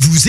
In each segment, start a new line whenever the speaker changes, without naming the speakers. Vous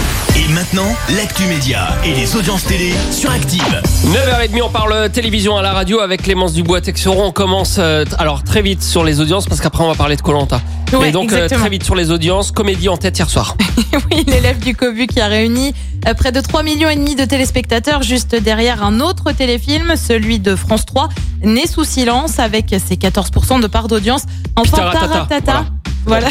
maintenant, l'actu média et les audiences télé sur Active.
9h30, on parle télévision à la radio avec Clémence Dubois Texeron. On commence euh, t- alors très vite sur les audiences parce qu'après on va parler de Colanta.
Ouais,
Et donc euh,
exactement.
très vite sur les audiences, comédie en tête hier soir.
Oui, l'élève du Cobu qui a réuni euh, près de 3,5 millions et demi de téléspectateurs juste derrière un autre téléfilm, celui de France 3, Né sous silence, avec ses 14% de part d'audience. Enfin,
Puis Taratata,
Taratata, voilà.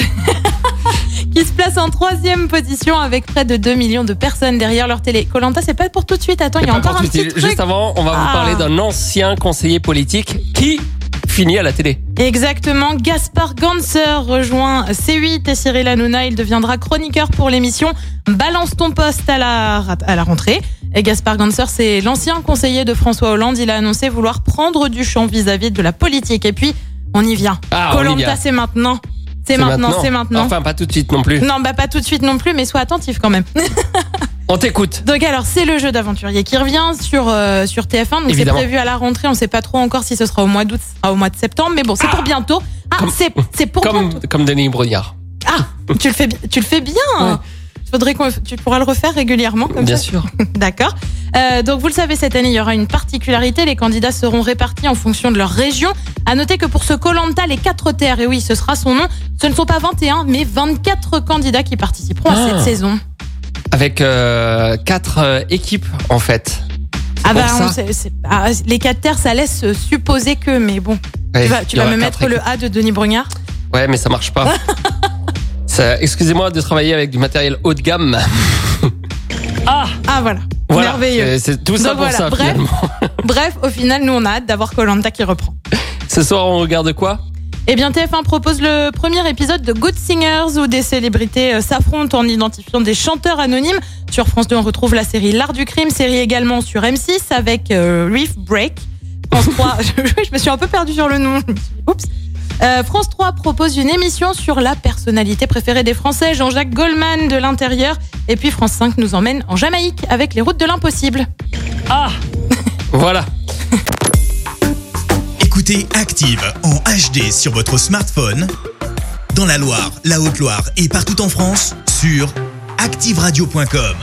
qui se place en troisième position avec près de 2 millions de personnes derrière leur télé. Colanta, c'est pas pour tout de suite. Attends, il y a
Pas
encore
pour
un
tout de
petit
suite.
truc.
Juste avant, on va vous
Ah.
parler d'un ancien conseiller politique qui finit à la télé.
Exactement, Gaspard Ganser rejoint C8 et Cyril Hanouna. Il deviendra chroniqueur pour l'émission Balance ton poste à la, à la rentrée. Et Gaspard Ganser, c'est l'ancien conseiller de François Hollande. Il a annoncé vouloir prendre du champ vis-à-vis de la politique. Et puis, on y vient.
Ah, on y
Colanta,
vient.
c'est maintenant. C'est maintenant, c'est maintenant.
Enfin, pas tout de suite non plus.
Non, bah pas tout de suite non plus, mais sois attentif quand même.
On t'écoute.
Donc alors c'est le jeu d'aventurier qui revient sur euh, sur TF1. Donc c'est
Évidemment.
prévu à la rentrée. On sait pas trop encore si ce sera au mois d'août, ce sera au mois de septembre. Mais bon, c'est pour bientôt. Ah,
Comme-
c'est c'est pour bientôt.
Comme, comme Denis Brognard.
Ah, tu le fais bi- tu le fais bien.
Ouais.
Faudrait qu'on tu pourras le refaire régulièrement comme
Bien
ça.
sûr.
D'accord. Euh, donc vous le savez, cette année il y aura une particularité. Les candidats seront répartis en fonction de leur région. À noter que pour ce Colanta, les 4 terres, et oui, ce sera son nom. Ce ne sont pas 21, mais 24 candidats qui participeront à
Ah.
cette saison.
Avec euh, quatre euh, équipes en fait.
Ah
pour
bah,
ça.
on sait- c'est- ah, les 4 terres, ça laisse euh, supposer que, mais bon,
Ouais,
tu vas,
Eh, il
tu
y
vas
aura
me
quatre
mettre le A de Denis Brognard.
équipes. Ouais, mais ça marche pas. Ça- Excusez-moi de travailler avec du matériel haut de gamme.
Ah voilà,
Voilà.
merveilleux.
C'est- C'est tout ça
Donc
pour
voilà,
ça
bref.
finalement.
Bref, au final, nous on a hâte d'avoir Colanta qui reprend.
Ce soir, on regarde quoi
Eh bien, TF1 propose le premier épisode de Good Singers où des célébrités euh, s'affrontent en identifiant des chanteurs anonymes. Sur France 2, on retrouve la série L'Art du Crime, série également sur M6 avec euh, Reef Break. France 3, je, je me suis un peu perdue sur le nom. Oups. Euh, France 3 propose une émission sur la personnalité préférée des Français, Jean-Jacques Goldman de l'intérieur. Et puis France 5 nous emmène en Jamaïque avec les routes de l'impossible.
Voilà.
Écoutez Active en HD sur votre smartphone, dans la Loire, la Haute-Loire et partout en France, sur activeradio.com.